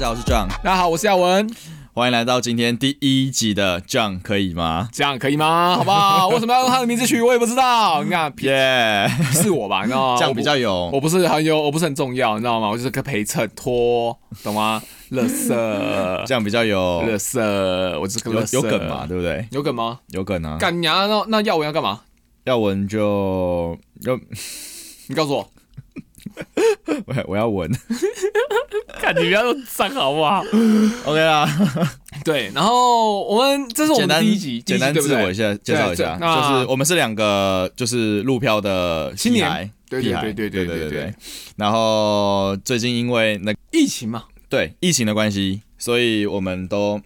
大家好，我是亚文，欢迎来到今天第一集的 John，可以吗？这样可 以吗？好不好？为什么要用他的名字取？我也不知道。你看，耶、yeah,，是我吧？你知道吗？这样比较有我不，我不是很有，我不是很重要，你知道吗？我就是个陪衬托，懂吗？乐色，这样比较有乐色，我就是个有垃圾有梗嘛，对不对？有梗吗？有梗啊！干你啊！那那耀文要干嘛？要闻就要，你告诉我，我要我要闻看你不要用脏好不好？ ，OK 啦。 对，然后我们这是我简们的单第一集，第简一集单对不自对我一下介绍一下，对那就是我们是两个就是路漂的青年屁孩对屁孩对对对对对对对对。然后最近因为那疫情嘛，对疫情的关系，所以我们都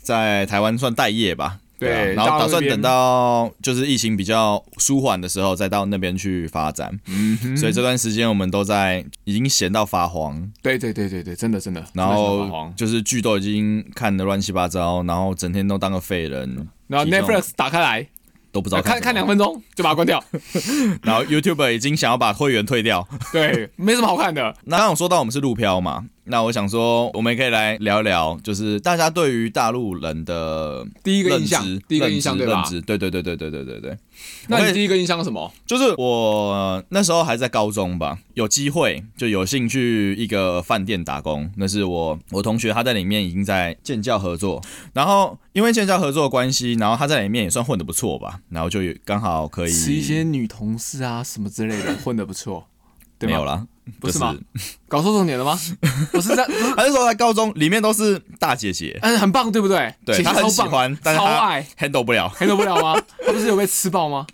在台湾算待业吧。对啊然到后打那算边等到就是疫情比较舒缓的时候，再到那边去发展。嗯哼，所以这段时间我们都在已经闲到发慌，对对对对对，真的真的，然真的是后黄就是剧都已经看的乱七八糟，然后整天都当个废人，然后体重 Netflix 打开来，都不知道看看啊看什两么。分钟就把它关掉，然后 YouTube 已经想要把会员退 掉。对，没什么好看的，那刚刚有说到我们是路漂嘛，那我想说我们也可以来聊一聊，就是大家对于大陆人的第一个认印知象，第一个印象对认知吧认？知，对对对对对对对对。那我你也第一个印象是什么？就是我那时候还在高中吧，有机会就有幸去一个饭店打工，那是我我同学他在里面已经在建教合作，然后因为建教合作的关系，然后他在里面也算混得不错吧，然后就有刚好可以是一些女同事啊什么之类的，混得不错，对没有吗？啦，不是就吗？搞错重点 了吗？不是在，他那时候在高中里面都是大姐姐，嗯，很棒，对不对？对其实他很超喜棒欢但是超他爱， handle 不了，很受不了 吗？他不是有被吃爆吗？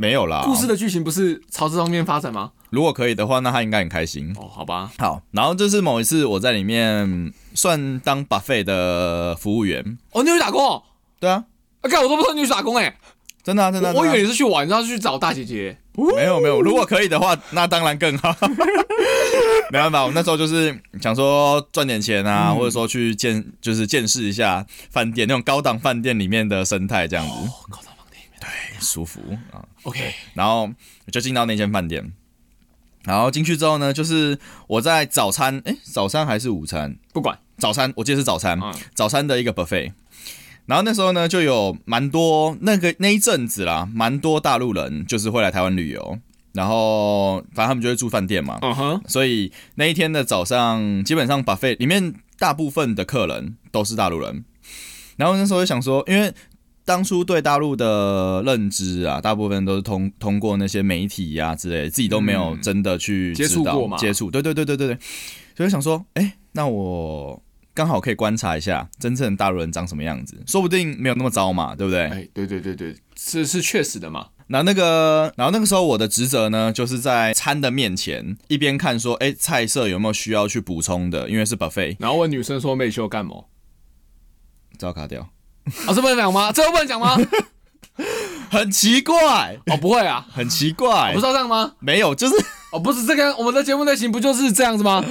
没有啦。故事的剧情不是朝这方面发展吗？如果可以的话，那他应该很开心。哦，好吧，好，然后这是某一次我在里面算当 buffet 的服务员，哦，你有去打工哦？对啊，啊，干，我都不知道你有去打工哎、真的啊，真的啊、真我的啊以为你是去玩，然后去找大姐姐。没有没有，如果可以的话，那当然更好。 没办法，我那时候就是想说赚点钱啊，或者说去见，就是见识一下饭店那种高档饭店里面的生态，这样子、哦，搞到房间里面。舒服啊。 OK，然后我就进到那间饭店，然后进去之后呢，就是我在早餐，诶，早餐还是午餐？不管，早餐，我记得是早餐，嗯早餐的一个 buffet。然后那时候呢，就有蛮多那个那一阵子啦，蛮多大陆人就是会来台湾旅游，然后反正他们就会住饭店嘛，嗯哼，所以那一天的早上，基本上 buffet 里面大部分的客人都是大陆人。然后那时候就想说，因为当初对大陆的认知啊，大部分都是通通过那些媒体呀、之类的，自己都没有嗯真的去接知触道过嘛接触，对对对对对对，所以想说，哎，那我刚好可以观察一下真正的大陆人长什么样子，说不定没有那么糟嘛，对不对？哎，对对对对，是是确实的嘛。那那个，然后那个时候我的职责呢，就是在餐的面前一边看说，哎，菜色有没有需要去补充的，因为是 buffet，然后问女生说妹秀干嘛？照卡掉，啊，这不能讲吗？这不能讲吗？很奇怪，哦，不会啊，很奇怪，不是要这样吗？没有，就是哦，不是这个，我们的节目类型不就是这样子吗？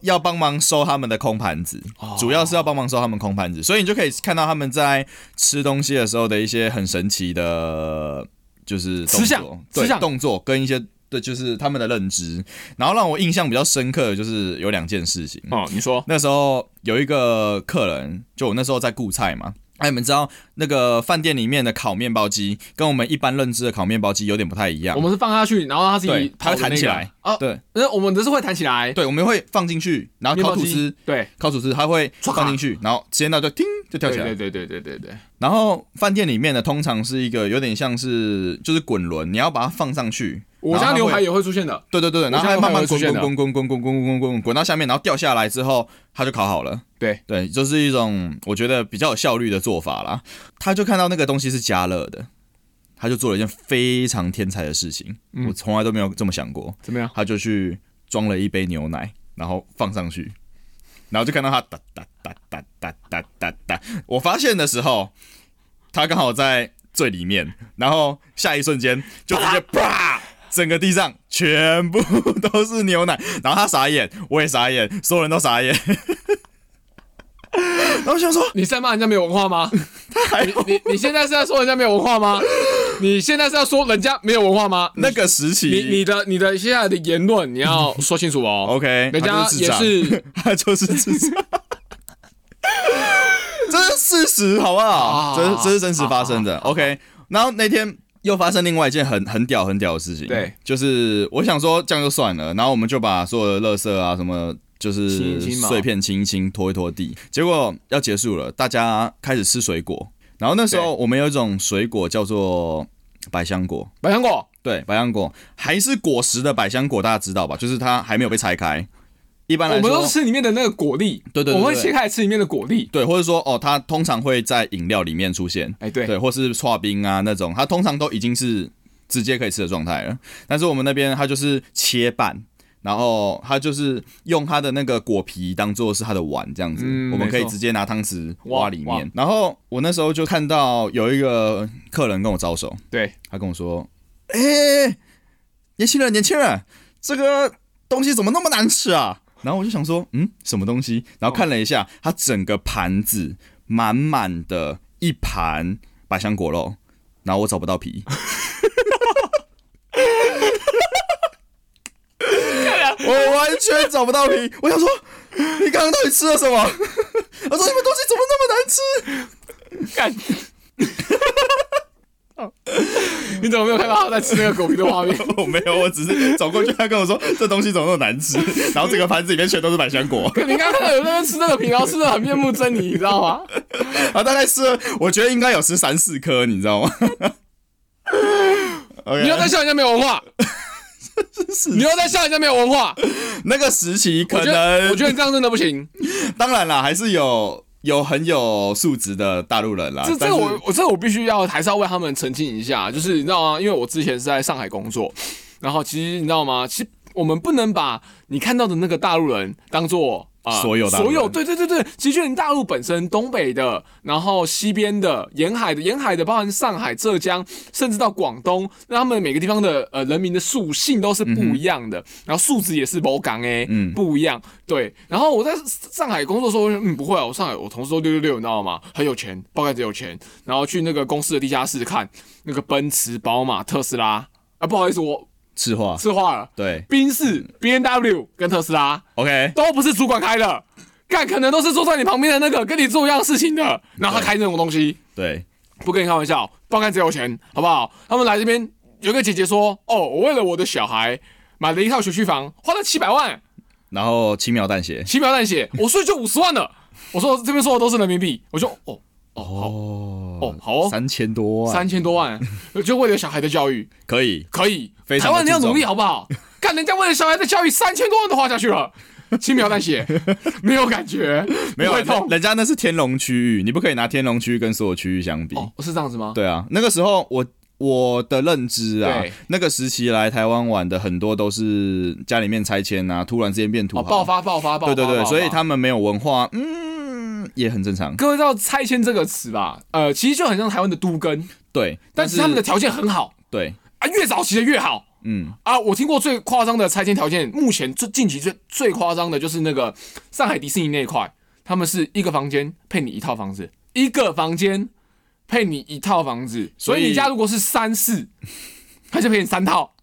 要帮忙收他们的空盘子，哦主要是要帮忙收他们空盘子，所以你就可以看到他们在吃东西的时候的一些很神奇的，就是动吃相作吃相对动作跟一些对，就是他们的认知。然后让我印象比较深刻的就是有两件事情，哦，你说，那时候有一个客人，就我那时候在顾菜嘛。哎，你们知道那个饭店里面的烤面包机跟我们一般认知的烤面包机有点不太一样我。们是放下去，然后他自己对它跑的会弹那个起来啊，对那我们的是会弹起来，对，我们会放进去，然后面烤包吐机司，对，烤吐司它会唰放进去，然后时间到就叮就跳对起来对。对对对对对，然后饭店里面的通常是一个有点像是就是滚轮，你要把它放上去。我然后家它牛会排也会出现的，对对对，对然后它家牛慢排慢会出滚现滚的滚滚滚滚滚滚滚滚到下面，然后掉下来之后，它就烤好了。对对，就是一种我觉得比较有效率的做法啦。他就看到那个东西是加热的，他就做了一件非常天才的事情，嗯我从来都没有这么想过。怎么样？他就去装了一杯牛奶，然后放上去，然后就看到他哒哒哒哒哒哒哒哒。我发现的时候，他刚好在最里面，然后下一瞬间就直接啪。整个地上全部都是牛奶，然后他傻眼，我也傻眼，所有人都傻眼。然后我想说，你是在骂人家没有文化吗？你你你现在是在说人家没有文化 吗？你现在是要说人家没有文化吗？那个时期，你你的你的现在的言论你要说清楚哦。 OK，人 家他就也智障，是 他就是智障。事实，好不好？好这好是好这是真实发啊生的。OK，然后那天又发生另外一件很很屌很屌的事情，对，就是我想说这样就算了，然后我们就把所有的垃圾啊什么。就清是一清嘛碎片清一清，拖一拖地，结果要结束了，大家开始吃水果。然后那时候我们有一种水果叫做百香果，百香果对，百香果还是果实的百香果，大家知道吧？就是它还没有被拆开。一般我来们说，都是吃里面的那个果粒，对对对我们会对切开来吃里面的果粒。对，或者说哦，它通常会在饮料里面出现，哎，对，对，或是刨冰啊那种，它通常都已经是直接可以吃的状态了。但是我们那边它就是切半，然后它就是用它的那个果皮当做是它的碗这样子，嗯我们可以没错直接拿汤匙挖里挖挖面。然后我那时候就看到有一个客人跟我招手，对，他跟我说：“哎、年轻人，年轻人，这个东西怎么那么难吃啊？”然后我就想说：“嗯，什么东西？”然后看了一下，它整个盘子满满的一盘百香果肉，然后我找不到皮。 我完全找不到皮，我想说，你刚刚到底吃了什么？ 我说你们东西怎么那么难吃？干。你怎么没有看到他在吃那个果皮的画面？ 我没有，我只是走过去，他跟我说这东西怎么那么难吃， 然后整个盘子里面全都是百香 果，你刚刚看到有那边吃那个皮，然后吃的很面目狰狞，你知道吗？他啊大概吃了，我觉得应该有吃三四颗，你知道吗 你又？OK，在笑人家没有文化，你又在笑人家没有文化。 那个时期我可觉得，能我，觉得你这样真的不行。当然啦，还是有有很有素质的大陆人啦，这但这是我我这我必须要还是要为他们澄清一下，就是你知道吗？因为我之前是在上海工作，然后其实你知道吗？其实我们不能把你看到的那个大陆人当做。啊、所有大陆人所有，对对对对，其实你大陆本身，东北的，然后西边的，沿海的，沿海的，包含上海、浙江，甚至到广东，那他们每个地方的呃人民的属性都是不一样的，然后素质也是某港哎，嗯不一样。对，然后我在上海工作的时候，我就嗯，不会啊，我上海我同事都六六六，你知道吗？很有钱，报盖子有钱，然后去那个公司的地下室看那个奔驰、宝马、特斯拉啊，不好意思，我赤化，吃话了，啊对宾士、B N W 跟特斯拉，OK，都不是主管开的，干可能都是坐在你旁边的那个跟你做一样事情的，然后他开这种东西。对，不跟你开玩笑，报刊只有钱，好不好？他们来这边有个姐姐说，哦，我为了我的小孩买了一套学区房，花了七百万，然后轻描淡写，轻描淡写，我税就五十万了。我说这边说的都是人民币，我就哦哦哦好哦，三千多万，三千多万，就为了小孩的教育，可以，可以，非常台的湾人要注重努力好 不好？看人家为了小孩的教育，三千多万都花下去了，轻描淡写，没有感觉，没有不啊，会痛人。人家那是天龙区域，你不可以拿天龙区域跟所有区域相比，哦，是这样子吗？ 对啊，那个时候我我的认知啊对，那个时期来台湾玩的很多都是家里面拆迁啊，突然之间变土哦，豪，爆发，爆发，爆对发！对爆对，发所以他们没有文化，嗯，也很正常。各位知道“拆迁”这个词吧？呃，其实就很像台湾的都根，对，但是是他们的条件很好对，啊，越早期的越好嗯，啊。我听过最夸张的拆迁条件，目前最近期最最夸张的就是那个上海迪士尼那一块，他们是一个房间配你一套房子，一个房间配你一套房子，所所以以你家如果是三室，他就配你三 套，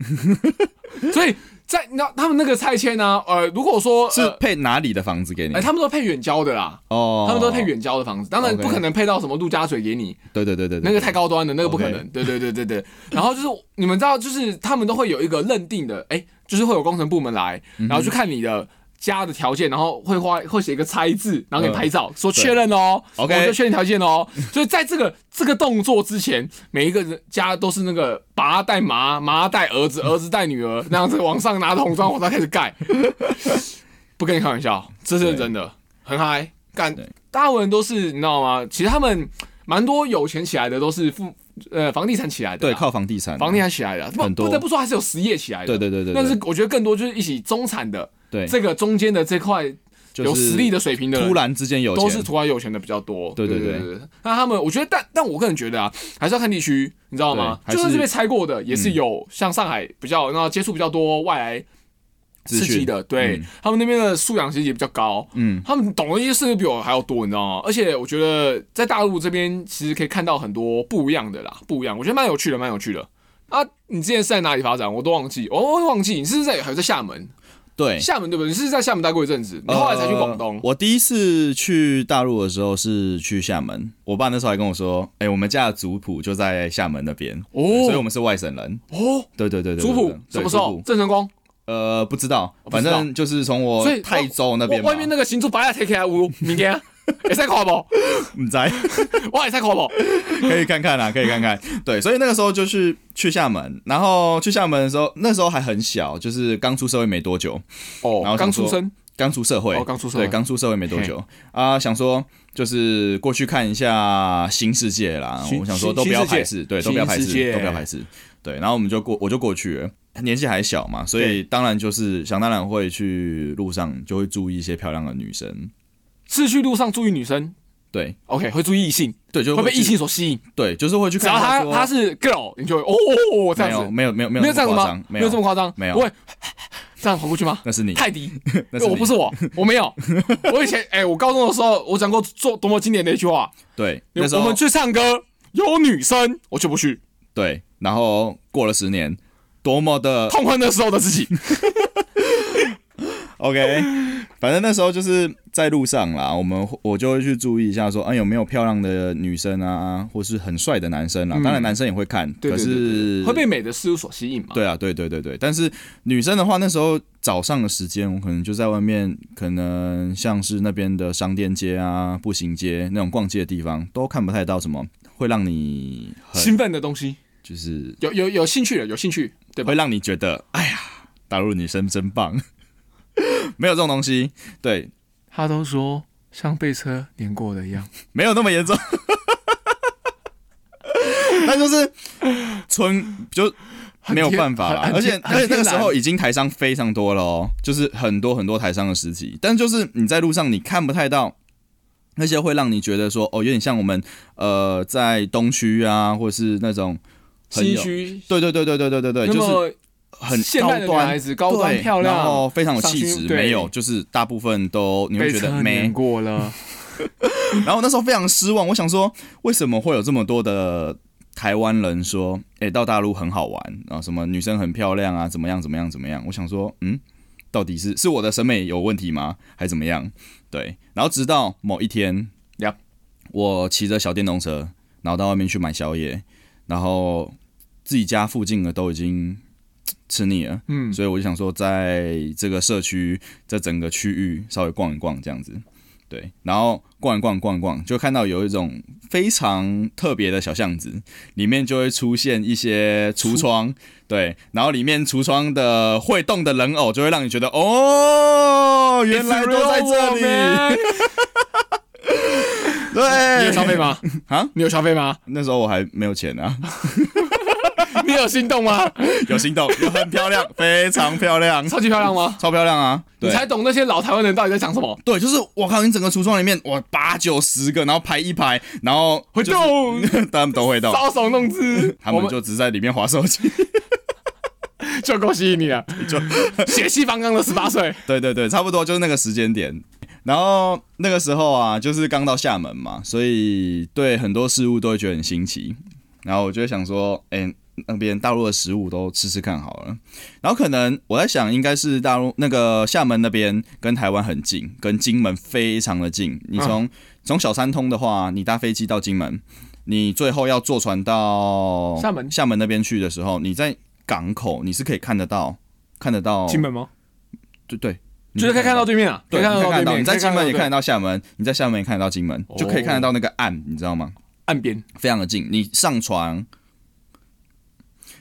所以。在那他们那个拆迁呢、呃，如果说是呃配哪里的房子给你哎、？他们都配远郊的啦，哦，他们都配。远郊的房子，当然 OK 不可能配到什么陆家嘴给你，对对对对，对那个太。高端了，那个不可 OK 能。对对对对对。 然后就是你们知道，就是他们都会有一个认定的，哎，就是会有工程部门来，嗯然后去看你的家的条件，然后会画会写一个拆字，然后给你拍照，说确认哦嗯 OK 我们就确认条件哦。所以在这个这个动作之前，每一个人家都是那个爸带妈，妈带 儿子，儿子带女儿，那样子往上拿着红砖往上开始盖。不跟你开玩笑，这是对真的，很嗨。干对，大部分都是你知道吗？其实他们蛮多有钱起来的，都是富呃房地产起来的对，啦，靠房地产。房地。产起来的，不很多不得不说还是有实业起来的，对对对对。但是我觉得更多就是一起中产的对这个中间的这块就有是实力的水平的人突然之间有钱，都是突然有钱的比较多。对对对对对。那他们，我觉得，但但我个人觉得啊，还是要看地区，你知道吗？对还嗯就是算是被拆过的，也是有像上海比较，然后接触比较多外来资刺激讯的，对嗯他们那边的素养其实也比较高。嗯，他们懂的一些事情比我还要多，你知道吗？而且我觉得在大陆这边其实可以看到很多不一样的啦，不一样，我觉得蛮有趣哦的，蛮有趣的。啊，你之前是在哪里发展？我都忘记，我我忘记你是不是在还有在厦门？对，厦门对不对？你是在厦门待过一阵子，你后来才去广东呃。我第一次去大陆的时候是去厦门，我爸那时候还跟我说：“哎、我们家的族谱就在厦门那边，哦所以我们是外省人。哦，”呃对对对对，族对谱对什么时候族？谱郑成功，呃，不知道，不反知道正就是从我所以哦泰州那边嘛，外 面那个行珠白来 take 有明天啊也在考不？你嗯在 我也在考不？可以看看啊啦，可以看看。对，所以那个时候就是去厦门，然后去厦门的时候，那时候还很小，就是刚出社会没多久，然哦，后刚想说出生，刚出社会，哦刚出社会对，刚出社会没多久啊、想说就是过去看一下新世界啦。新我想说都不要新世界排斥，对，都不要排新世界斥，都不要排斥。对，然后我们就过，我就过去了。年纪还小嘛，所以当然就是想当然会去路上就会注意一些漂亮的女生，是去路上注意女生对，OK，会注意异性，对，就会被去异性，所吸引。对，就是会去只看要她说她是 girl，你就会哦哦哦这没样有子，没有没有没没有这那样么夸子吗张？，没有这么夸夸张，没有不会 这样跑过 去吗？那是你，泰迪，那我你不是我，我 没有。我以前哎、我高中的时候，我讲过做多么经典的一句话：对，那时我候们去唱歌有女生，我就不去。对，然后过了十年，多么的痛恨那时候的自己。 OK，反正那时候就是在路上啦，我们我就会去注意一下说，啊有没有漂亮的女生啊，或是很帅的男生啊。当然男生也会看，嗯对对对可是会被美的事物所吸引嘛？对啊，对对对对。但是女生的话，那时候早上的时间，我可能就在外面，可能像是那边的商店街啊、步行街那种逛街的地方，都看不太到什么会让你很兴奋的东西，就是有有有兴趣的，有兴趣，对吧会？让你觉得，哎呀，大陆女生真棒， 没有这种东西，对，他都说像被车碾过的一样。没有那么严重。 但就是村就很没有天办法啦，很而很且天而且那个很天时然候已经台商非常多了哦，就是很多很多台商的实体，但就是你在路上你看不太到那些会让你觉得说哦，有点像我们呃在东区啊，或是那种很西有区，对对对对对对对对，那就是么很现高代的女端孩子，高端对漂亮，然后非常有上气去质，对没有，就是大部分都你会被觉车得没碾过了。然后那时候非常失望，我想说，为什么会有这么多的台湾人说，哎、到大陆很好玩啊，什么女生很漂亮啊，怎么样怎么样怎么样？我想说，嗯，到底是是我的审美有问题吗，还是怎么样？对，然后直到某一天 Yep 我骑着小电动车，然后到外面去买宵夜，然后自己家附近的都已经吃腻了，嗯，所以我就想说，在这个社区这整个区域稍微逛一逛这样子，对，然后逛一逛逛一逛，就看到有一种非常特别的小巷子，里面就会出现一些橱窗，对，然后里面橱窗的会动的人偶，就会让你觉得哦， 原来都在这里，里。 你有消费对。吗？啊，你有消费 吗？那时候我还没有钱啊，你有心动吗？有心动，有很漂亮，非常漂亮，超级漂亮吗？超漂亮啊！你对。才懂那些老台湾人到底在讲什么。对，就是我靠，你整个橱窗里面，哇，八九十个，然后排一排，然后会就是动，他们都会动，搔首弄姿，他我们就只在里面划手机。就够吸引 你了，就 血气方刚的十八岁，对对对，差不多就是那个时间点。然后那个时候啊，就是刚到厦门嘛，所以对很多事物都会觉得很新奇。然后我就会想说，哎、那边大陆的食物都吃吃看好了。然后可能我在想，应该是大陆那个厦门那边跟台湾很近，跟金门非常的近。你啊从从、小三通的话，你搭飞机到金门，你最后要坐船到厦门厦门那边去的时候，你在港口你是可以看得到看得到金门吗？对对，就是可以看到对面啊，可哦嗯对，以你看可以到看对得到，面，你在可以金门也看到得到厦门，你在厦门也看得到金门，哦就可以看得到那个岸，你知道吗？岸边，非常的近，你上床，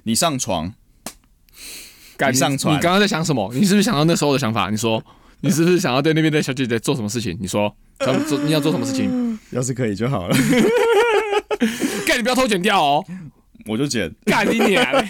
你上床，赶你上船你刚刚在想什么？你是不是想到那时候的想法？你说，你是不是想要对那边的小姐姐做什么事情？你说，他们做你要做什么事 情？要是可以就好了，干，你不要偷剪掉哦！ 我就剪。干你娘嘞！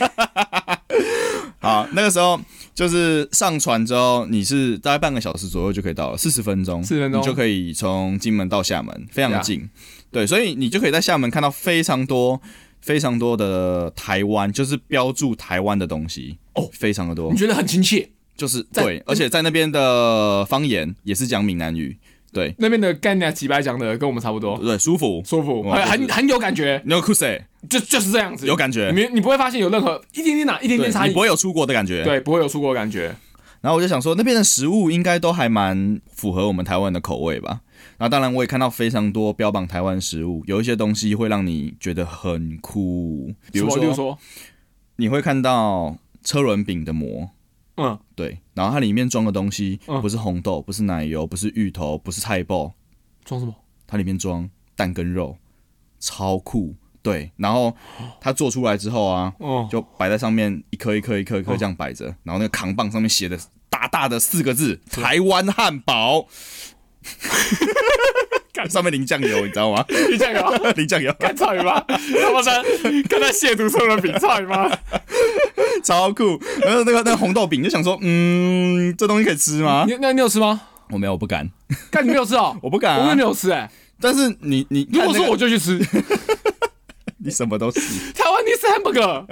好，那个时候就是上船之后，你是大概半个小时左右就可以到了，四十分钟， 40分钟你就可以从金门到厦门，非常的近。对，所以你就可以在厦门看到非常多、非常多的台湾，就是标注台湾的东西哦非常的多 你。觉得很亲切，就是在对，而且在那边的方言也是讲闽南语，对那边的干娘几百讲的跟我们差不多，对，舒服。哦舒服，哇很很很有感觉， No c u s e 就就是这样子，哦有感觉你没你不会发现有任何一点点哪一点对点差你异不，会有出国的感觉。对，不会有出国的感觉。然后我就想说，那边的食物应该都还蛮符合我们台湾的口味吧。然后当然我也看到非常多标榜台湾食物，有一些东西会让你觉得很酷，比如什么例如说说，你会看到车轮饼的膜，嗯，对，然后它里面装的东西嗯不是红豆，不是奶油，不是芋头，不是菜包，装什么？它里面装蛋跟肉，超酷。对，然后它做出来之后啊， 哦，就摆在上面一颗一颗一颗一颗这样摆着，然后那个扛棒上面写的大大的四个字“台湾汉 堡”，上面淋酱油，你知道吗？ 你这啊样有淋酱油，干操你妈！他妈的，跟他亵渎车轮饼，操你妈！ 超酷。然后那个那个红豆饼，就想说，嗯，这东西可以吃吗？你那你有吃吗？我没有，我不敢，干你没有吃哦， 我不敢、我也啊没。有吃哎。但是你你，如果看那说个我就 去吃你什么都吃，台湾尼斯 hamburger，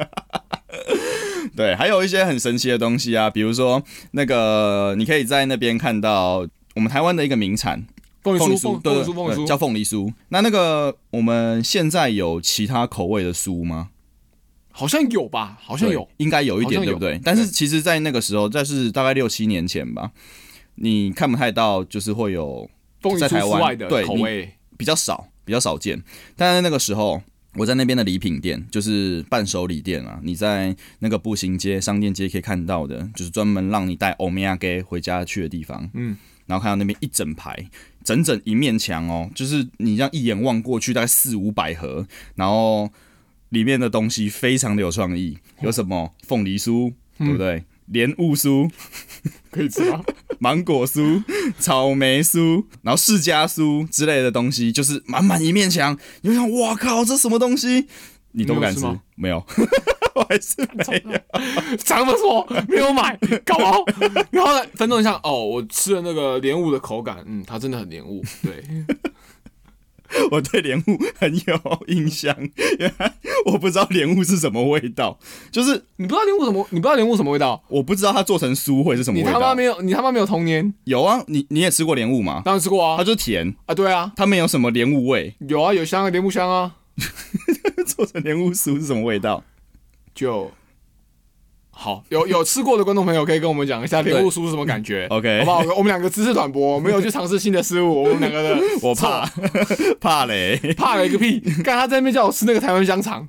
对，还有一些很神奇的东西啊，比如说那个你可以在那边看到我们台湾的一个名产凤凤梨梨酥酥，，对对凤梨酥，凤梨对酥，叫凤梨酥。那那个我们现在有其他口味的酥吗？好像有吧？好像对有，，应该有一点，好像对有不对？但是其实，在那个时候，这是大概六七年前吧，你看不太到，就是会有凤梨在酥台之湾外的对口你味，比较少，比较少见。但在那个时候，我在那边的礼品店，就是伴手礼店啊，你在那个步行街、商店街可以看到的，就是专门让你带欧米亚给回家去的地方。嗯，然后看到那边一整排，整整一面墙哦，就是你这样一眼望过去，大概四五百盒，然后里面的东西非常的有创意，有什么凤梨酥，对不对？莲雾酥、嗯可以吃吗？ 芒果酥、草莓酥，然后释迦酥之类的东西，就是满满一面墙。你就想，哇靠，这什么东西？你都不敢吃你有吃吗？没有， 我还是没有。长这么说没 有买，搞毛。然后呢，分钟一下，哦，我吃了那个莲雾的口感，嗯，它真的很莲雾，对，我对莲雾很有 印象，原来我不知道莲雾是什么味道，就是你不知道莲雾什么，你不知道莲雾什么味道？我不知道它做成酥会是什么你味他妈道。没有，你他妈没有童年，有啊，你你也吃过莲雾吗？当然吃过它 啊，就甜，啊，对啊，它没有什么莲雾味。 有啊，有香啊，莲雾香啊，做成莲雾酥是什么味道？就好。有有吃过的观众朋友可以跟我们讲一下莲雾酥是什么感觉 OK 好不好？我们两个知识短薄，没有去尝试新的事物，我们两个 的我怕 怕嘞，怕了一个屁。刚他在那边叫我吃那个台湾香肠，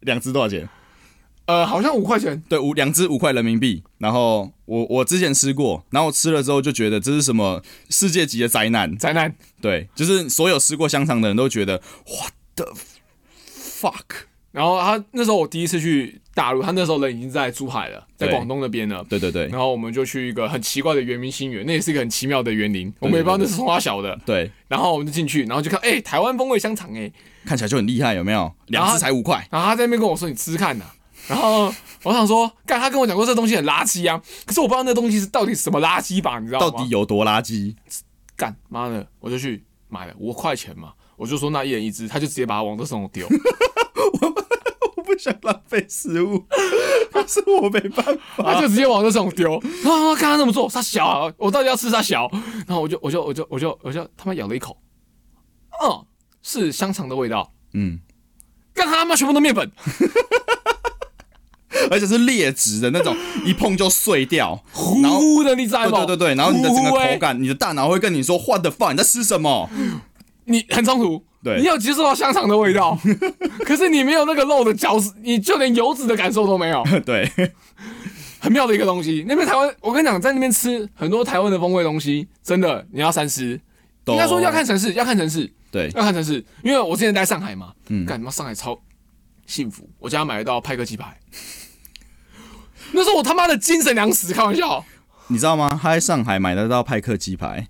两只多少钱？呃，好像五块钱，对，五两只五块人民币。然后我我之前吃过，然后我吃了之后就觉得这是什么世界级的灾难。宅男。对，就是所有吃过香肠的人都觉得 What the fuck？然后他那时候我第一次去大陆，他那时候人已经在珠海了，在对广东那边了。对对对然后我们就去一个很奇怪的圆明新园，那也是一个很奇妙的园林，我们也不知道那是从哪小的。对，然后我们就进去，然后就看，哎、台湾风味香肠、哎，看起来就很厉害，有没有？两只才五块，然后他在那边跟我说：“你吃吃看呐、然后我想说，干，他跟我讲过这东西很垃圾啊，可是我不知道那东西是到底是什么垃圾吧，你知道到吗？底有多垃圾？ 干妈的，我就去买了五块钱嘛，我就说那一人一只，他就直接把它往这上 丢。我不想浪费食物， 可是我没办法。他就直接往这上丢，然后看他那么做，他小、啊，我到底要吃他小，然后我就我就我就我就我就他妈咬了一口，嗯，是香肠的味道，嗯，干他妈全部都面粉，而且是劣质的那种，一碰就碎掉。糊然后，糊的，你知道对吗？对对对，然后你的整个糊糊欸口，感，你的大脑会跟你说 “What the fuck？你在吃什么 你很冲突，对你有接受到香肠的味 道，可是你没有那个肉的嚼，你就连油脂的感受都没有，？”对，很妙的一个东西。那边台湾，我跟你讲，在那边吃很多台湾的风味东西，真的你要三思。懂应该说要看城市，要看城市。对要看城市，因为我之前待上海嘛，嗯干他妈上海超幸福，我家买得到派克鸡排， 那是我他妈的精神粮食，开玩笑，你知道吗？他在上海买得到派克鸡排，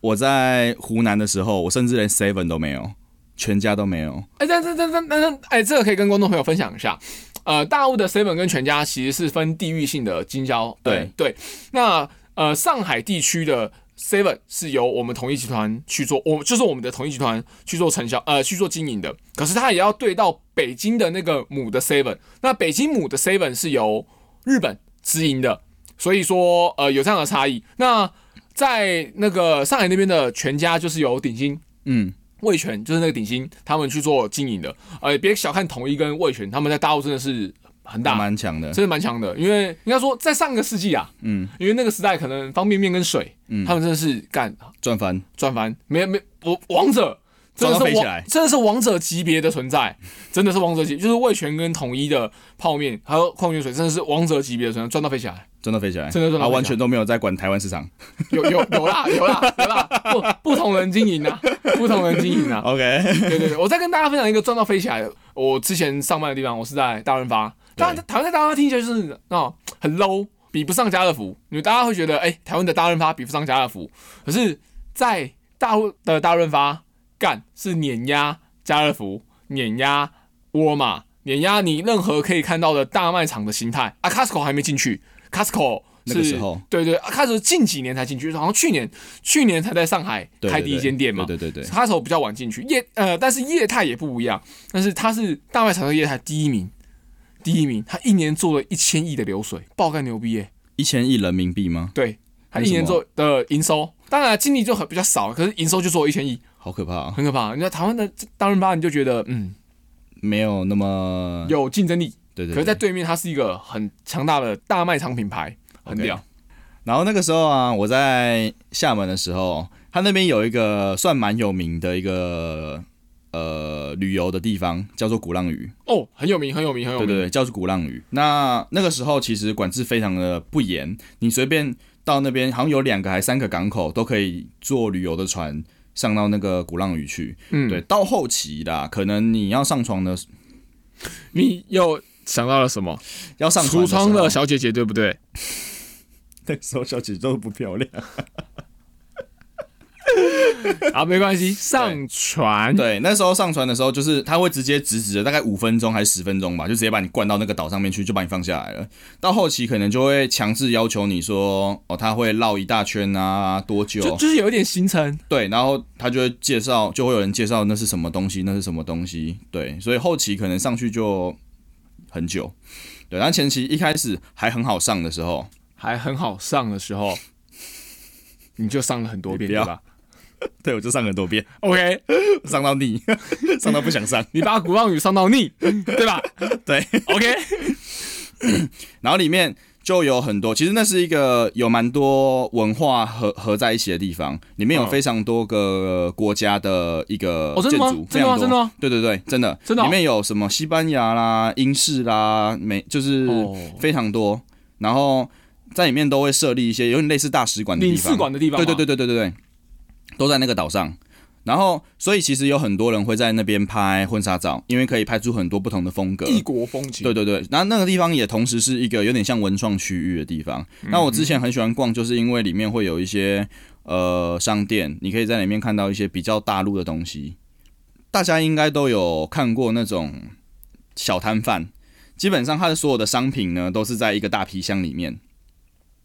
我在湖南的时候，我甚至连 Seven 都没有，全家都没有。哎、但但但但但但，哎、这个可以跟观众朋友分享一下。呃，大陆的 seven 跟全家其实是分地域性的经销，对呃对。那呃，上海地区的 seven 是由我们统一集团去做，我就是我们的统一集团去做承销，呃，去做经营的。可是它也要对到北京的那个母的 seven，那北京母的 seven 是由日本直营的，所以说呃有这样的差异。那在那个上海那边的全家就是由鼎新嗯，味哎全就是那个鼎新他们去做经营的，呃，别小看统一跟味全，他们在大陆真的是很还大，蛮强的。真的蛮强的。因为应该说在上个世纪啊，嗯，因为那个时代可能方便面跟水，他们真的是干赚翻，赚翻，没没我王者。真的抓到飞是起来王，真的是王者级别的存在，真的是王者级，就是味全跟统一的泡面，还有矿泉水，真的是王者级别的存在，赚到飞起来。真的飞起来，真的赚他到飞起来完全都没有在管台湾市场。有有有啦有啦有啦，不不同人经营啊，不同人经营啊。 OK， 对对对，我再跟大家分享一个赚到飞起来的。我之前上班的地方，我是在大润发。当然，台湾在大润发听起来就是哦很 low，比不上家乐福。因为大家会觉得，哎、台湾的大润发比不上家乐福。可是，在大陆的大润发干是碾压家乐福，碾压沃尔玛，碾压你任何可以看到的大卖场的形态。啊，Costco 还没进去，Costco 那个是时候对对啊，Costco 近几年才进去，好像去年去年才在上海对开第一间店嘛。对对对对，对他手比较晚进去，业呃，但是业态也不一样，但是他是大卖场的业态第一名，第一名，他一年做了一千亿的流水，爆干牛逼耶、一千亿人民币吗？对他为一什年么做的营收，当然净利就很比较少，可是营收就做一 千亿，好可怕啊，很可怕。你看台湾的大润发，你就觉得嗯没有那么，有竞争力，对嗯对可对。是在对面它是一个很强大的大卖场品牌，很 OK 屌。然后那个时候啊，我在厦门的时候，他那边有一个算蛮有名的一个呃旅游的地方，叫做鼓浪屿。哦，很有名，很有名，很有对名。对对，叫做鼓浪屿。那那个时候其实管制非常的不严，你随便到那边，好像有两个还三个港口都可以坐旅游的船上到那个鼓浪屿去。嗯，对，，到后期啦，可能你要上床的你又想到了什么？要上船橱窗的的时候，小姐姐，对不 对？那个时候小姐姐都不漂亮。啊，没关系，上传。对，那时候上船的时候，就是他会直接直直的，大概五分钟还是十分钟吧，就直接把你灌到那个岛上面去，就把你放下来了。到后期可能就会强制要求你说，哦，他会绕一大圈啊，多就久？就是有一点行程，对，然后他就会介绍，就会有人介绍那是什么东西，那是什么东西。对，所以后期可能上去就很久。对，然后前期一开始还很好上的时候，还很好上的时 候，你就上了很多遍，你不对要吧对我就上很多遍， ？OK，上到腻， 上到不想上。你把鼓浪屿上 到腻，对吧对， ？OK，然后里面就有很多，其实那是一个有蛮多文化合合在一起的地方，里面有嗯非常多个国家的一个哦真建的吗筑，真的吗非常多真的吗？对对对，真的，真的哦里面有什么西班牙啦、英式啦、美，就是哦非常多，然后在里面都会设立一些有点类似大使馆的地领方，事馆的地方，对对对，对对对对，都在那个岛上。然后，所以其实有很多人会在那边拍婚纱照，因为可以拍出很多不同的风格。异国风情，对对对，那那个地方也同时是一个有点像文创区域的地方。那我之嗯前很喜欢逛，就是因为里面会有一些呃商店，你可以在里面看到一些比较大陆的东西。大家应该都有看过那种小摊贩，基本上它的所有的商品呢都是在一个大皮箱里面，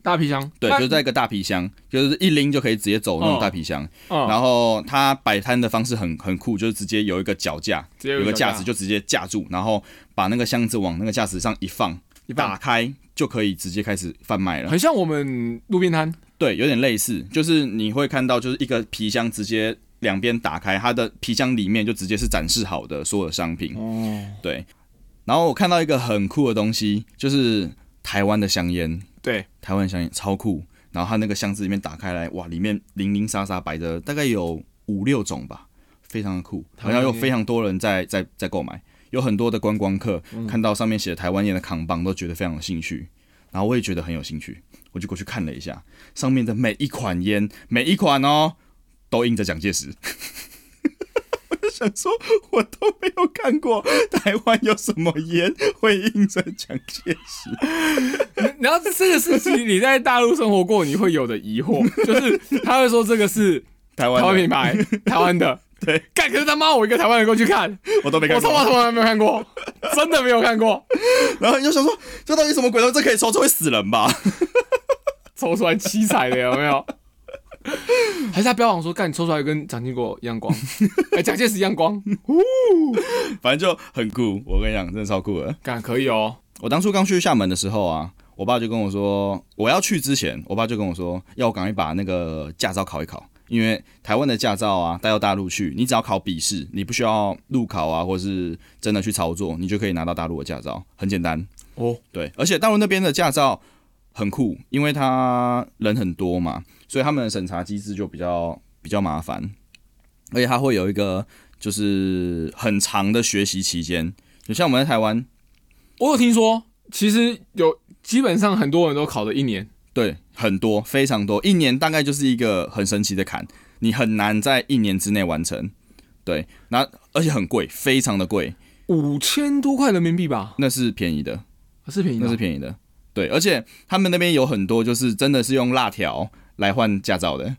大皮箱，对，那就在一个大皮箱，就是一拎就可以直接走那种大皮箱。嗯然后它摆摊的方式很很酷，就是直接有一个脚架，直接有有一个个架架子就直接架住，然后把那个箱子往那个架子上一放，一打半，开就可以直接开始贩卖了。很像我们路边摊，对，有点类似，就是你会看到就是一个皮箱直接两边打开，它的皮箱里面就直接是展示好的所有商品。哦，对，然后我看到一个很酷的东西，就是台湾的香烟，对，台湾香烟超酷。然后它那个箱子里面打开来，哇，里面零零散散摆着大概有五六种吧，非常的酷，好像有非常多人在在在购买，有很多的观光客、看到上面写台湾烟的扛棒，都觉得非常有兴趣。然后我也觉得很有兴趣，我就过去看了一下，上面的每一款烟，每一款哦，都印着蒋介石。我就想说，我都没有看过台湾有什么烟会印着蒋介石。然后这个事情你在大陆生活过，你会有的 疑惑，就是他会说这个是台湾台的湾品牌，台 湾的，对，干，可是他妈我一个台湾人过去看，我都没看我过他。妈从来没有看过，真的没有看过，然后你就想说，这到底什么鬼东西？这可以抽，这会死人吧？ 抽出来七彩的，有没有？ 还是他标榜说，干你抽出来跟蒋经国一样 光，哎、蒋介石一样光，反正就很酷，我跟你讲，真的超酷的。干可以哦。我当初刚去厦门的时候啊，我爸就跟我说，我要去之前，我爸就跟我说，要我赶快把那个驾照考一考，因为台湾的驾照啊，带到大陆去，你只要考笔试，你不需要路考啊，或是真的去操作，你就可以拿到大陆的驾照，很简单。哦，对，而且大陆那边的驾照很酷，因为他人很多嘛，所以他们的审查机制就比较比较麻烦，而且他会有一个就是很长的学习期间。就像我们在台湾，我有听说，其实有基本上很多人都考了一年，对，很多非常多，一年大概就是一个很神奇的坎，你很难在一年之内完成。对，那而且很贵，非常的贵，五千多块人民币吧，那是便宜的，是便宜哦那的是便宜的。对，而且他们那边有很多就是真的是用辣条来换驾照的，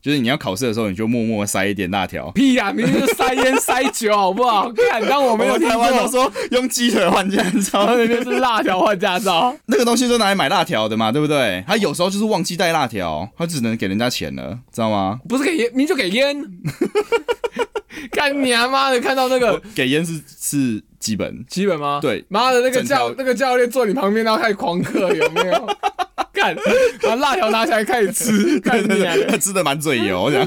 就是你要考试的时候，你就默默塞一点辣条。屁呀、明明就塞烟塞酒，好不 好？看，当我没有我听台湾都 过。说用鸡腿换驾然后照，那边是辣条换驾照，那个东西都拿来买辣条的嘛，对不对？他有时候就是忘记带辣条，他只能给人家钱了，知道吗？不是给烟，明就给 烟。干你啊妈的！看到那个给烟是是基本，基本吗？对妈的那个整条教那个教练坐你旁边，然后开始狂嗑，有没 有？干，把辣条拿起来开始吃，干你啊！他 吃的蛮嘴油这样。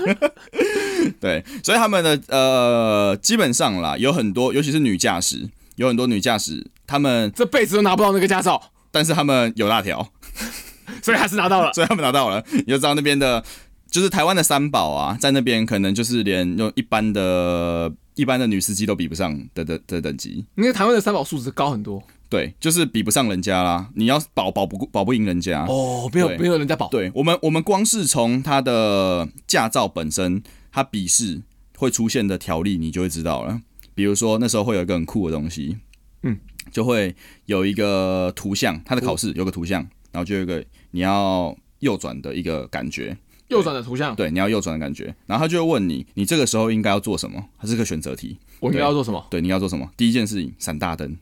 对，所以他们的呃，基本上啦，有很多，尤其是女驾驶，有很多女驾驶，他们这辈子都拿不到那个驾照，但是他们有辣条， 所以还是拿到了。所以他们拿到了。你就知道那边的，就是台湾的三宝啊，在那边可能就是连用一般的、一般的女司机都比不上的的的等级。因为台湾的三宝素质高很多对，就是比不上人家啦。你要保保不过保不赢人家。哦，没有啊对没有人家保。对我们，我们光是从他的驾照本身，他笔试会出现的条例，你就会知道了。比如说那时候会有一个很酷的东西，嗯，就会有一个图像，他的考试有个图像，然后就有一个你要右转的一个感觉，右转的图像，对，你要右转的感觉，然后他就会问你，你这个时候应该要做什么？它是个选择题，我应该要做什么？对，你要做什么？第一件事情闪大灯，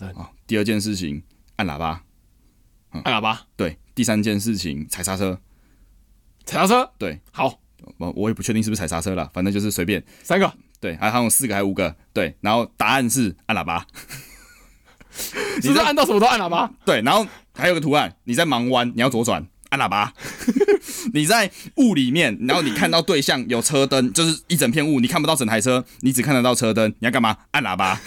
大灯啊，第二件事情按喇叭，嗯按喇叭，对，第三件事情踩刹车，踩刹车。对，好，我我也不确定是不是踩刹车了，反正就是随便，三个。对，还还有四个还有五个，对，然后答案是按喇叭，是不是按到什么都按喇叭？对，然后还有个图案，你在盲弯，你要左转，按喇叭。 你在雾里面，然后你看到对象有车灯，就是一整片雾，你看不到整台车，你只看得到车灯，你要干嘛？按喇叭。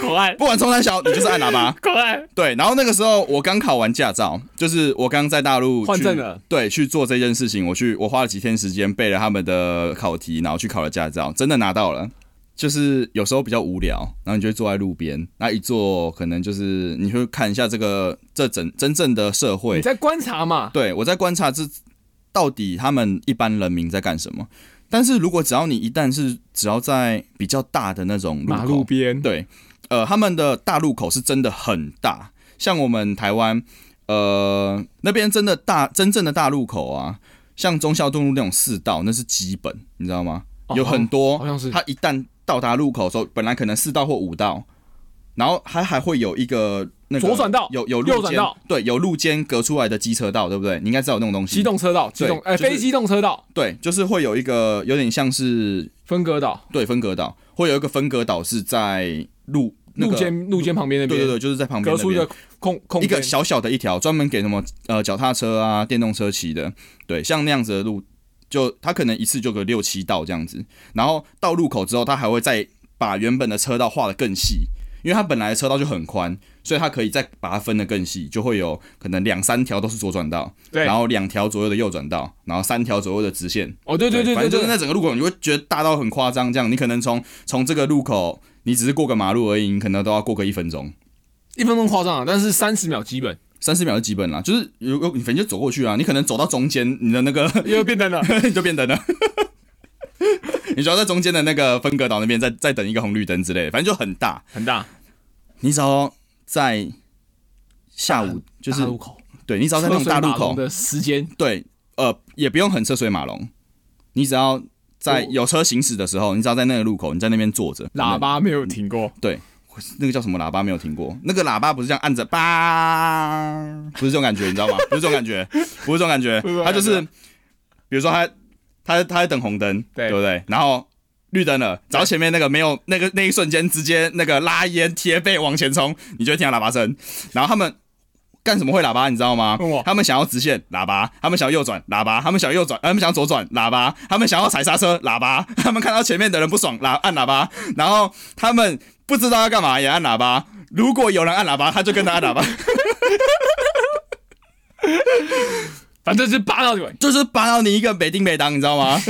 狂按，。不管冲山小，你就是按喇叭狂按。对，然后那个时候我刚考完驾照，就是我刚在大陆去换证了，对，去做这件事情，我去我花了几天时间背了他们的考题，然后去考了驾照，真的拿到了。就是有时候比较无聊，然后你就会坐在路边，那一坐可能就是你会看一下这个这整真正的社你会。在观察嘛？对我在观察这到底他们一般人民在干什么。但是如果只要你一旦是只要在比较大的那种路口马路边，对，呃，他们的大路口是真的很大，像我们台湾，呃，那边真的大，真正的大路口啊，像忠孝东路那种四道，那是基本，你知道吗？哦有很多，好像是它一旦到达路口的时候，本来可能四道或五道，然后还还会有一个那个左转道有有右路转肩道，对，有路肩隔出来的机车道，对不对？你应该知道有那种东西，机动车道、机动对哎就是非机动车道对，就是会有一个有点像是分割道、对分隔岛，会有一个分隔岛是在路。那路个肩路肩旁边那对对边，对，就是在旁边隔那出一边个空空一个间小小的一条，专门给什么呃脚踏车啊、电动车骑的。对，像那样子的路，就它可能一次就个六七道这样子。然后到路口之后，它还会再把原本的车道画得更细，因为它本来的车道就很宽，所以它可以再把它分得更细，就会有可能两三条都是左转道，对然后两条左右的右转道，然后三条左右的直线。哦，对对对反正对就是对，那整个路口，你会觉得大到很夸张，这样你可能从从这个路口，你只是过个马路而已，你可能都要过个一分钟。一分钟夸张啊，但是三十秒基本三十秒是基本啦，就是如果你反正就走过去啊，你可能走到中间，你的那个 又变灯了。你就变灯了， 你只要在中间的那个分隔岛那边再再等一个红绿灯之类的，反正就很大。很大，你只要在下午，就是 大路口，对你只要在那种大路车水马龙口，的时间，对，呃，也不用很车水马龙，你只要在我有车行驶的时候，你只要在那个路口，你在那边坐着，喇叭没有停过，那个叫什么喇叭没有听过，那个喇叭不是这样按着叭，不是这种感觉，你知道吗？不是这种感 觉，不是这种感觉不是这种，它感觉就是，比如说他他他在等红灯，对对不对？然后绿灯了，只要前面那个没有那个那一瞬间直接那个拉烟贴背往前冲，你就会听到喇叭声。然后他们干什么会喇叭，你知道吗哇？他们想要直线喇叭，他们想要右转喇叭，他们想要右转，呃他们想要左转喇叭，他们想要踩刹车喇叭， 他们看到前面的人不爽喇按喇叭，然后他们不知道要干嘛也按喇叭。如果有人按喇叭，他就跟着按喇叭，反正就是扒到你们。就是扒到你一个北丁北当，你知道吗？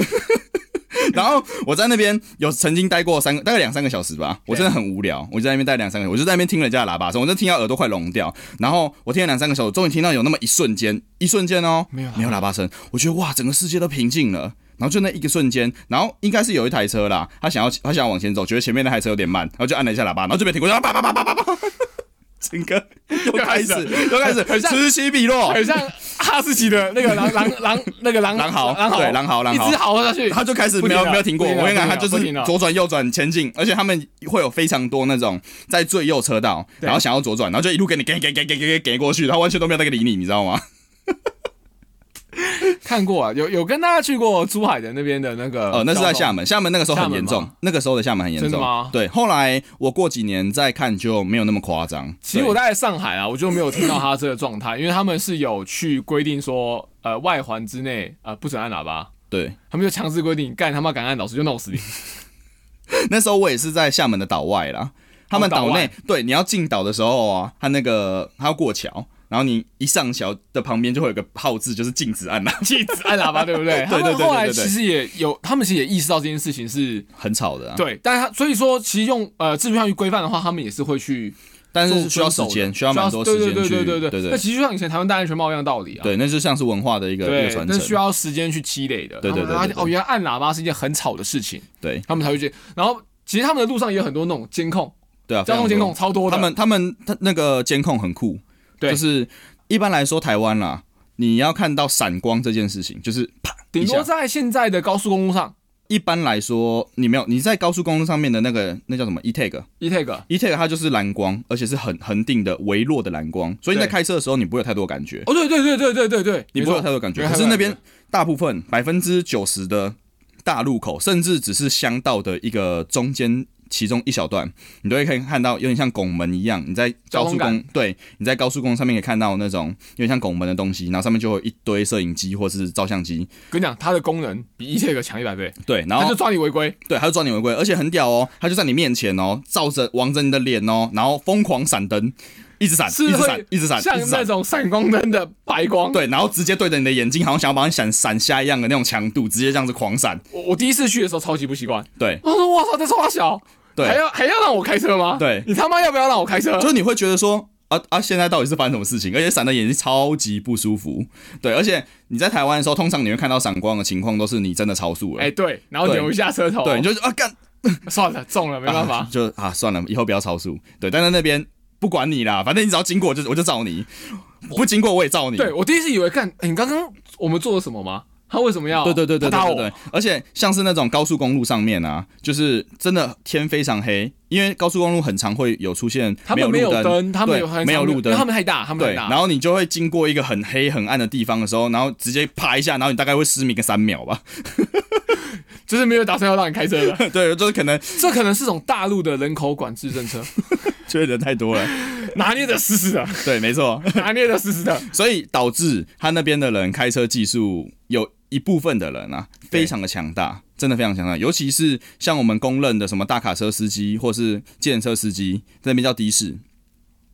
然后我在那边有曾经待过三个，大概两三个小时吧，我真的很无聊，我就在那边待两三个小时，我就在那边听人家的喇叭声，我真的听到耳朵快聋掉。然后我听了两三个小时，终于听到有那么一瞬间，一瞬间哦，没有喇叭没有喇叭声，我觉得哇，整个世界都平静了。然后就那一个瞬间，然后应该是有一台车啦，他想要他想要往前走，觉得前面那台车有点慢，然后就按了一下喇叭，然后就被停过去，叭叭叭叭叭叭，整个又开始又开始很像此起彼落，很像哈士奇的那个狼 狼狼那个狼狼嚎狼嚎对狼嚎狼嚎一直嚎下 去，他就开始不没停有了没有停过。不停了我跟你讲，他不停了就不停是了左转右转前进，而且他们会有非常多那种在最右车道，然后想要左转，然后就一路给你给给给给给给给过去，他完全都没有在给你理你，你知道吗？看过啊，有有跟大家去过珠海的那边的哦那个呃，那是在厦门，门，厦门那个时候很严厦门重吗，那个时候的厦门很严真的重吗。对，后来我过几年再看就没有那么夸张。其实我对在上海啊，我就没有听到他这个状态，因为他们是有去规定说，呃，外环之内呃不准按喇叭，对，他们就强制规定，干他妈敢按，老师就弄死你。那时候我也是在厦门的岛外啦，他们哦岛岛外内对你要进岛的时候啊，他那个他要过桥，然后你一上桥的旁边就会有个号字，就是禁止按啦，禁止 按喇叭，对不对？对对对对对他们后来对对其实也有，他们其实也意识到这件事情是 很吵的啊。对，但是他所以说，其实用呃制度上去规范的话，他们也是会去但做是出需要时手的间，需要蛮多时间去。对对对对对对那其实就像以前台湾戴安全帽一样道理啊。对那就像是文化的一个一个对，传那需承。要时间去积累的。对对对对他们发现对哦，原来按喇叭是一件很吵的事情，对他们才会觉得。然后其实他们的路上也有很多那种监控，对啊，交通非监常控多。超多的。他们他们他那个监控很酷，对就是一般来说台湾啦，你要看到闪光这件事情，就是啪顶一多下。在现在的高速公路上一般来说，你没有你在高速公路上面的那个那叫什么 e tag e tag， e tag 它就是蓝光，而且是很恒定的微弱的蓝光，所以你在对开车的时候你不会有太多感觉，哦，对对对对对对对，你不会有没太错多感觉。没可有是太多那感觉边大部分百分之九十的大路口，甚至只是乡道的一个中间其中一小段，你都会可以看到，有点像拱门一样。你在高交通速公对，你在高速公路上面可以看到那种有点像拱门的东西，然后上面就会有一堆摄影机或是照相机，跟你讲，它的功能比 e tag 强一百倍，对，然它后就抓你违规。对，他就抓你违规，而且很屌哦，他就在你面前哦，照着往着你的脸哦，然后疯狂闪灯，一直闪，是一直会闪，一直闪，像一直那闪。种闪光灯的白光。，对，然后直接对着你的眼睛，好像想要把你闪闪瞎一样的那种强度，直接这样子狂闪。我我第一次去的时候超级不习惯，对，我说我操，这超小，对还要还要让我开车吗？对你他妈要不要让我开车？就是你会觉得说啊啊，现在到底是发生什么事情？而且闪的眼睛超级不舒服。对，而且你在台湾的时候，通常你会看到闪光的情况都是你真的超速了。哎、对，然后对扭一下车头，对，你就是啊干，算了，中了，没办法啊。就啊算了，以后不要超速。对，但在那边不管你啦，反正你只要经过就是我就照你，不经过我也照你。对我第一次以为，看、哎你刚刚我们做了什么吗？他为什么要对对对对他打对我？对，而且像是那种高速公路上面啊，就是真的天非常黑，因为高速公路很常会有出现他们没有路灯，他们对有很没有长的路灯因为他们太大，他们对，太大。然后你就会经过一个很黑很暗的地方的时候，然后直接啪一下，然后你大概会失明个三秒吧。 就是没有打算要让你开车的， 对，就是可能这可能是种大陆的人口管制政 策，觉得人太多了。拿捏的死死的， 对，没错，拿捏的死死的。所以导致他那边的人开车技术有一部分的人啊，对非常的强大，真的非常强大。尤其是像我们公认的什么大卡车司机或是计程车司机，在那边叫的士。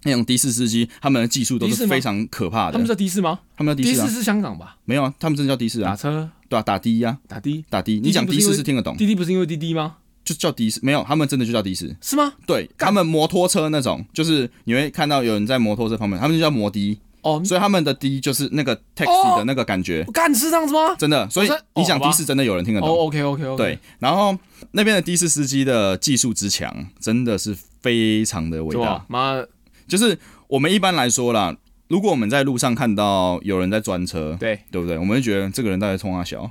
那种的士司机，他们的技术都的士是吗非常可怕的。他们叫的士吗？他们叫的的士士啊，是香港吧？没有啊，他们真的叫的士打啊，车对啊，打的呀、打的，打的。的你讲不的是因士为是听得懂，滴滴不是因为滴滴吗？就叫的士，没有，他们真的就叫的士。是吗？对他们摩托车那种，就是你会看到有人在摩托车旁边，他们就叫摩的，哦，所以他们的的就是那个 taxi 的那个感觉，干是这样子吗？真的。所以哦真你讲哦好吧的士，真的有人听得懂。哦，OK OK OK，，对，然后那边的的士司机的技术之强，真的是非常的伟是大吧。？啊妈的，就是我们一般来说啦，如果我们在路上看到有人在专车，对，对不对？我们会觉得这个人到底在冲他小，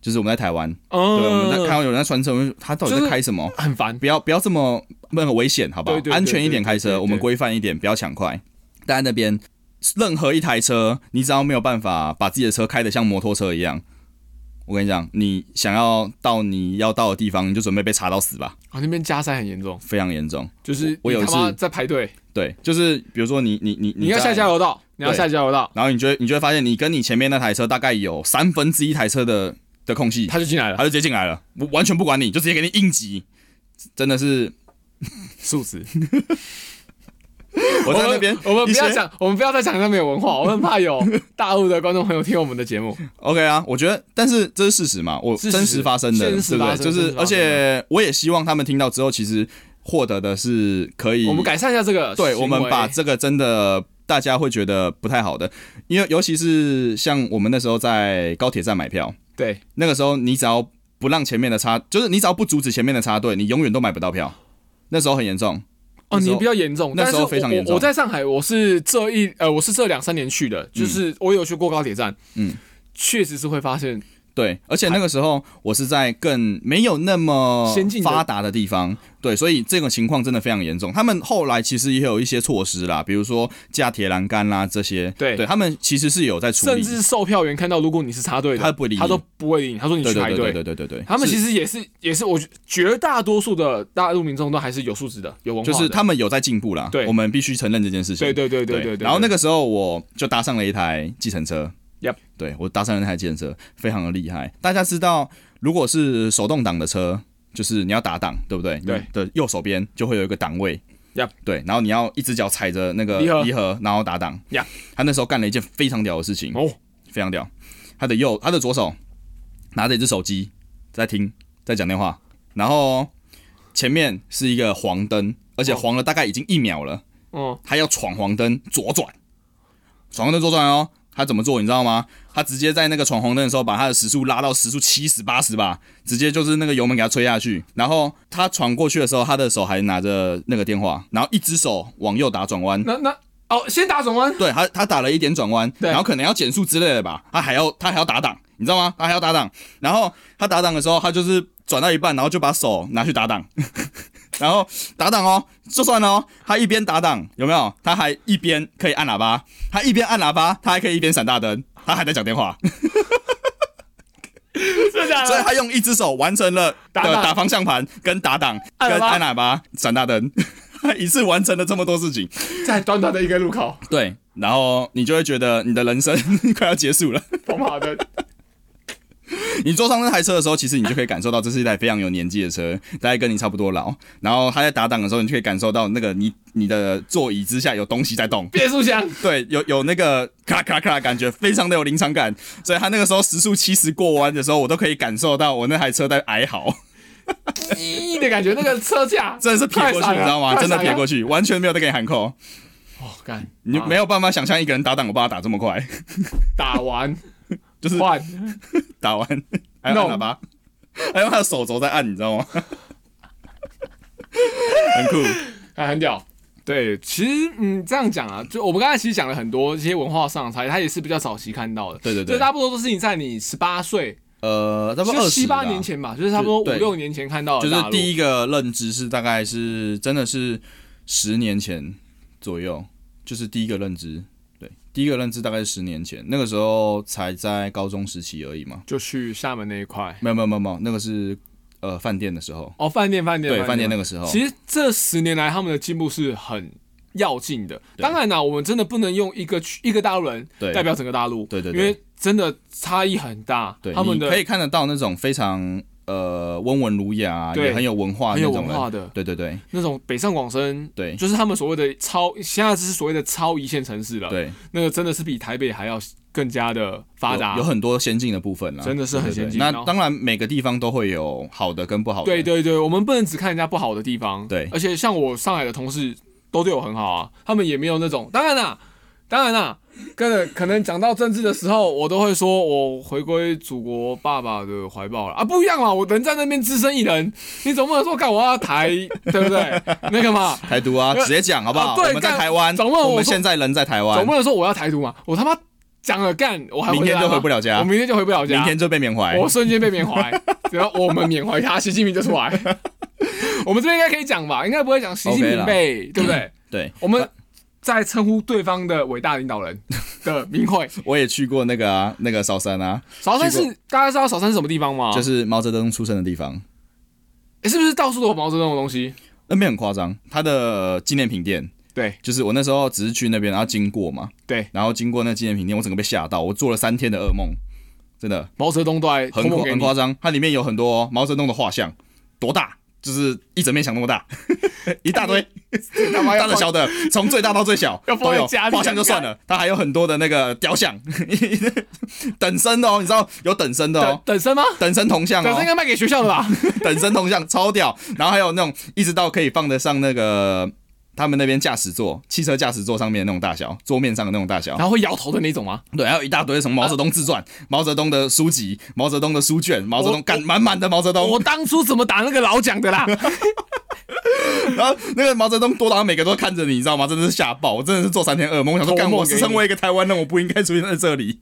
就是我们在台湾，对，我们在看嗯，到有人在专车，我们就他到底就在是开什么？很烦，不要不要这么那个危险，好不好对对？对安全一点开对对车，对我们规范一点，不要抢快。但在那边，任何一台车，你只要没有办法把自己的车开得像摩托车一样，我跟你讲，你想要到你要到的地方，你就准备被查到死吧，哦啊，那边加塞很严重，非常严重。就是我有一你次他妈在排队，对，就是比如说你你你你要下交油，流道，你要对下交流道，然后你就会你就会发现你跟你前面那台车大概有三分之一台车的的空隙，他就进来他了，就直接进来了，我完全不管你，就直接给你硬挤，真的是素质。我在那边我们我们一不要些讲，我们不要再讲那没有文化，我很怕 有大陆的观众朋友听我们的节目。 OK 啊，我觉得，但是这是事实嘛，我是真事实实发生的，真实对不对？发生就真是实，发而生且我也希望他们听到之后，其实获得的是可以，我们改善一下这个行为，对，我们把这个真的大家会觉得不太好的，因为尤其是像我们那时候在高铁站买票，对那个时候你只要不让前面的插，就是你只要不阻止前面的插队，你永远都买不到票。那时候很严重，哦，那时候你比较严重，那时候但是非常我严重我在上海，我是这一呃，我是这两三年去的，就是我有去过高铁站，嗯，确实是会发现对，而且那个时候我是在更没有那么先进的发达的地方，对，所以这种情况真的非常严重。他们后来其实也有一些措施啦，比如说架铁栏杆啦这些，对对他们其实是有在处甚理，至售票员看到，如果你是插队的，他不理你他都不会理你，他说你对去对排对对队。对对对对，他们是其实也是也是，我觉绝大多数的大陆民众都还是有素质的，有文化就的。是他们有在进步啦，对我们必须承认这件事情。对对对对对对。然后那个个时候我就搭上了一台计程车 Yep 对我搭上了那台计程车，非常的厉害。大家知道，如果是手动挡的车，就是你要打档，对不对？对你的右手边就会有一个档位 Yep 对，然后你要一只脚踩着那个离合然后打档 Yep 他那时候干了一件非常屌的事情，哦，非常屌。他的右，他的左手拿着一只手机在听，在讲电话，然后前面是一个黄灯，而且哦黄了大概已经一秒了。嗯，他要闯黄灯左转，闯黄灯左转哦。他怎么做你知道吗？他直接在那个闯黄灯的时候，把他的时速拉到时速七十八十吧，直接就是那个油门给他吹下去。然后他闯过去的时候，他的手还拿着那个电话，然后一只手往右打转弯。那那哦，先打转弯，对他，他打了一点转弯，对然后可能要减速之类的吧。他还要他还要打档，你知道吗？他还要打档。然后他打档的时候，他就是转到一半，然后就把手拿去打档， 然后打档哦，就算了哦。他一边打档有没有？他还一边可以按喇叭，他一边按喇叭，他还可以一边闪大灯，他还在讲电话，是的所以他用一只手完成了呃 打档呃打方向盘、跟打档、按跟喇叭按喇叭、闪大灯， 他一次完成了这么多事情。在短短的一个路口，对，然后你就会觉得你的人生 快要结束了。跑 跑的，你坐上那台车的时候，其实你就可以感受到这是一台非常有年纪的车，大概跟你差不多老。然后他在打档的时候，你就可以感受到那个你你的座椅之下有东西在动，变速箱，对，有有那个咔啦咔啦咔啦的感觉，非常的有临场感。所以他那个时候时速七十过弯的时候，我都可以感受到我那台车在哀嚎，咦的感觉，那个车架 真的是撇过去，你知道吗？真的撇过去。去，完全没有在给你喊扣，哦，干，你啊没有办法想象一个人打档，我把他打这么快，打完 就是换，打完还要按弄喇叭，还用他的手肘在按，你知道吗？ 很酷。还哎很屌。对，其实嗯，这样讲啊，就我们刚才其实讲了很多一些文化上的差异，它也是比较早期看到的。对对对所以大部分都是你在你十八岁，呃，差不多就二七八年，前吧，就是差不多就五对六年前看到就的大是陆。第一一个认知是大概是真的是十年前左右，就是第一个认知，对，第一个认知大概是十年前，那个时候才在高中时期而已嘛，就去厦门那一块，没有没有没有没有，那个是呃饭店的时候，哦，饭店，饭店，对，饭店那个。个时候，其实这十年来他们的进步是很要进的。对当然啦，我们真的不能用一个区一个大陆人对代表整个大陆，对对因对为真的差异很大。对，他们你可的以看得到那种非常呃温文儒雅、啊，对也很有文化的很有那种文化人，的对对对那种北上广深，对就是他们所谓的超，现在这是所谓的超一线城市了。对，那个真的是比台北还要更加的发达有有。很多先进的部分啦，真的是很对对对先进然后那当然每个地方都会有好的跟不好的，对对对，我们不能只看人家不好的地方。对而且像我上海的同事都对我很好啊，他们也没有那种，当然啦，当然啦，跟着可能讲到政治的时候，我都会说我回归祖国爸爸的怀抱了啊，不一样嘛，我人在那边只身一人，你总不能说干我要台，对不对？那个 嘛，台独啊，呃直接讲好不好？啊对我们在干台湾，总问我我们说现在人在台总湾不，能说我要台独嘛，我他妈讲了干，我还明天得来就吗回不了家我明天就回不了家，明天就被缅怀。我瞬间被缅怀， 然后我们缅怀他，习近平就出来。我们这边应该可以讲吧？应该不会讲习近 OK 平啦嗯被对不对？对，我们在称呼对方的伟大领导人 的名讳。我也去过那个啊，那个韶山啊，韶山去是大家知道韶山是什么地方吗？、就是是毛泽东出生的地方。是不是到处都有毛泽东的东西？那边很夸张，他的纪念品店对就是我那时候只是去那边，然后经过嘛，对，然后经过那纪念品店，我整个被吓到，我做了三天的噩梦，真的毛泽东都来很通夸过给很你，夸张。它里面有很多毛泽东的画像，多大？就是一整面墙那么大， 一大 堆，他妈大要的放小的， 从最大到最小要放都在有家里画像就算了，它还有很多的那个雕像， 等身的哦，你知道有等身的等哦，等生吗？等身铜像等生应哦，该卖给学校的吧？等身铜像超屌，然后还有那种一直到可以放得上那个他们那边驾驶座、汽车驾驶座上面那种大小，桌面上的那种大小然，后会摇头的那种吗？对，还有一大堆什么毛泽东自传、毛泽东的书籍、毛泽东的书卷、毛泽我东干满满的毛泽东我，当初怎么打那个老蒋 的啦？然后那个毛泽东多到每个都看着你，你知道吗？真的是吓爆，我真的是做三天噩梦，我想说头干梦我是给身你为一个台湾人，我不应该出现在这里。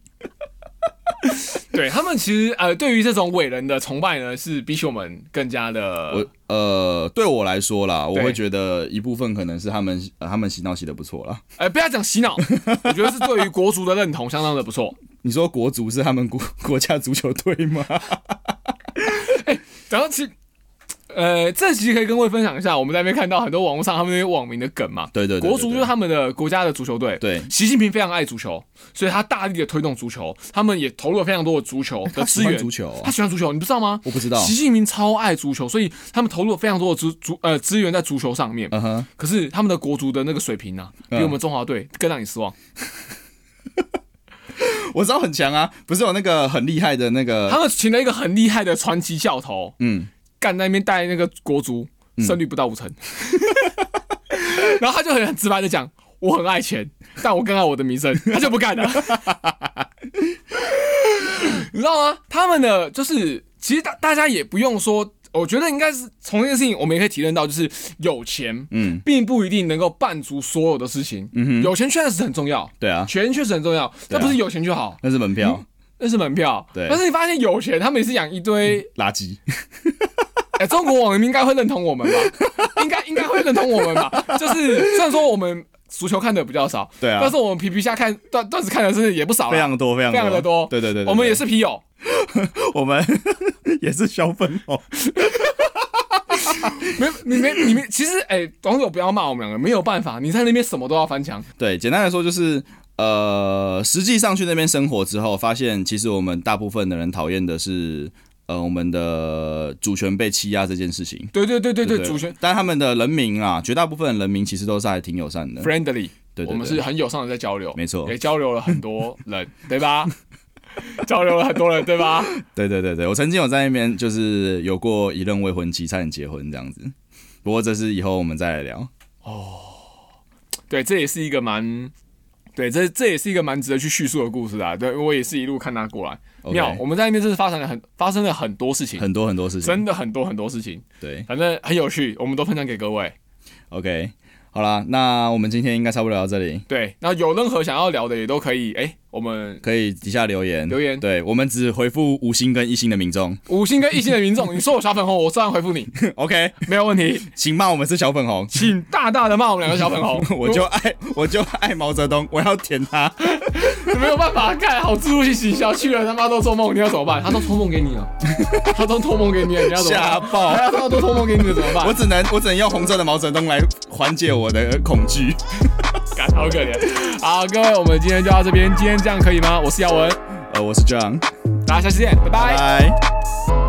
对他们其实呃，对于这种伟人的崇拜呢，是比起我们更加的我呃，对我来说啦，我对会觉得一部分可能是他们、呃、他们洗脑洗的不错啦。呃，不要讲洗脑，我觉得是对于国足的认同相当的不错。你说国足是他们国国家足球队吗？然后其实呃，这集可以跟各位分享一下，我们在那边看到很多网络上他们那些网民的梗嘛。 对对对对国足就是他们的国家的足球队。对习近平非常爱足球，所以他大力的推动足球，他们也投入了非常多的足球的他资喜欢源。足球哦他喜欢足球，你不知道吗？我不知道习近平超爱足球，所以他们投入了非常多的足足呃资源在足球上面。嗯哼，可是他们的国足的那个水平呢、比嗯我们中华队更让你失望。我知道很强啊，不是有那个很厉害的那他个，们请了一个很厉害的传奇教头，嗯，干那边带那个国足，胜率不到五成。 然后他就很直白的讲，我很爱钱，但我更爱我的 名声，他就不干了。你知道吗？他们的就是，其实大大家也不用说，我觉得应该是从这件事情，我们也可以体认到，就是有钱，嗯，并不一定能够办足所有的事情。嗯、有钱确实很重要，对啊，钱确实很重要，但不是有钱就好，那是门票、那是门票。对嗯但是你发现有钱，他们也是养一堆垃圾，哎、中国网民应该会认同我们 吧？应该应该会认同我们吧？就是虽然说我们足球看的比较少，对啊但是我们皮皮虾看段段子看的是也不少啦，非常多，非常非常的多。对对对对我们也，是皮友，对我们 也是小粉红，没你没你们其实哎，网、友不要骂我们两个，没有办法，你在那边什么都要翻墙，对，简单来说就是，呃，实际上去那边生活之后，发现其实我们大部分的人讨厌的是，呃，我们的主权被欺压这件事情。对对对对对，不主权，但他们的人民啊，绝大部分人民其实都是还挺友善的。 friendly，对对对我们是很友善的在交流，没错也交流了很多人，对吧？ 交流了很多人，对吧？对对对对，我曾经有在那边就是有过一任未婚妻，差点结婚这样子。不过这是以后我们再来聊。对，这也是一个蛮，对，这这也是一个蛮值得去叙述的故事啊。对我也是一路看他过来， OK 妙。我们在那边真是发生了很发生了很多事情，很多很多事情，真的很多很多事情，对反正很有趣，我们都分享给各位。 ，OK，好啦，那我们今天应该差不多聊到这里，对，那有任何想要聊的也都可以，哎，我们可以底下留言，留言对我们只回复五星跟一星的民众 五星跟一星的民众，你说我小粉红，我照样回复你， ，OK，没有问题，请骂我们是小粉红，，请大大的骂我们两个小粉红 我就爱我就爱毛泽东，我要舔 他，我没有办法干好自助性行销，去了他妈都做梦，你要怎么办？他都托梦 给你了，他都托梦给你了，你要怎么吓办？爆他要都托梦给你了怎么办我？只能我只能用红色的毛泽东来缓解我的恐惧。感好可怜。好，各位，我们今天就到这边，今天这样可以吗？我是耀文，呃，我是 John，大家下期见，拜拜拜。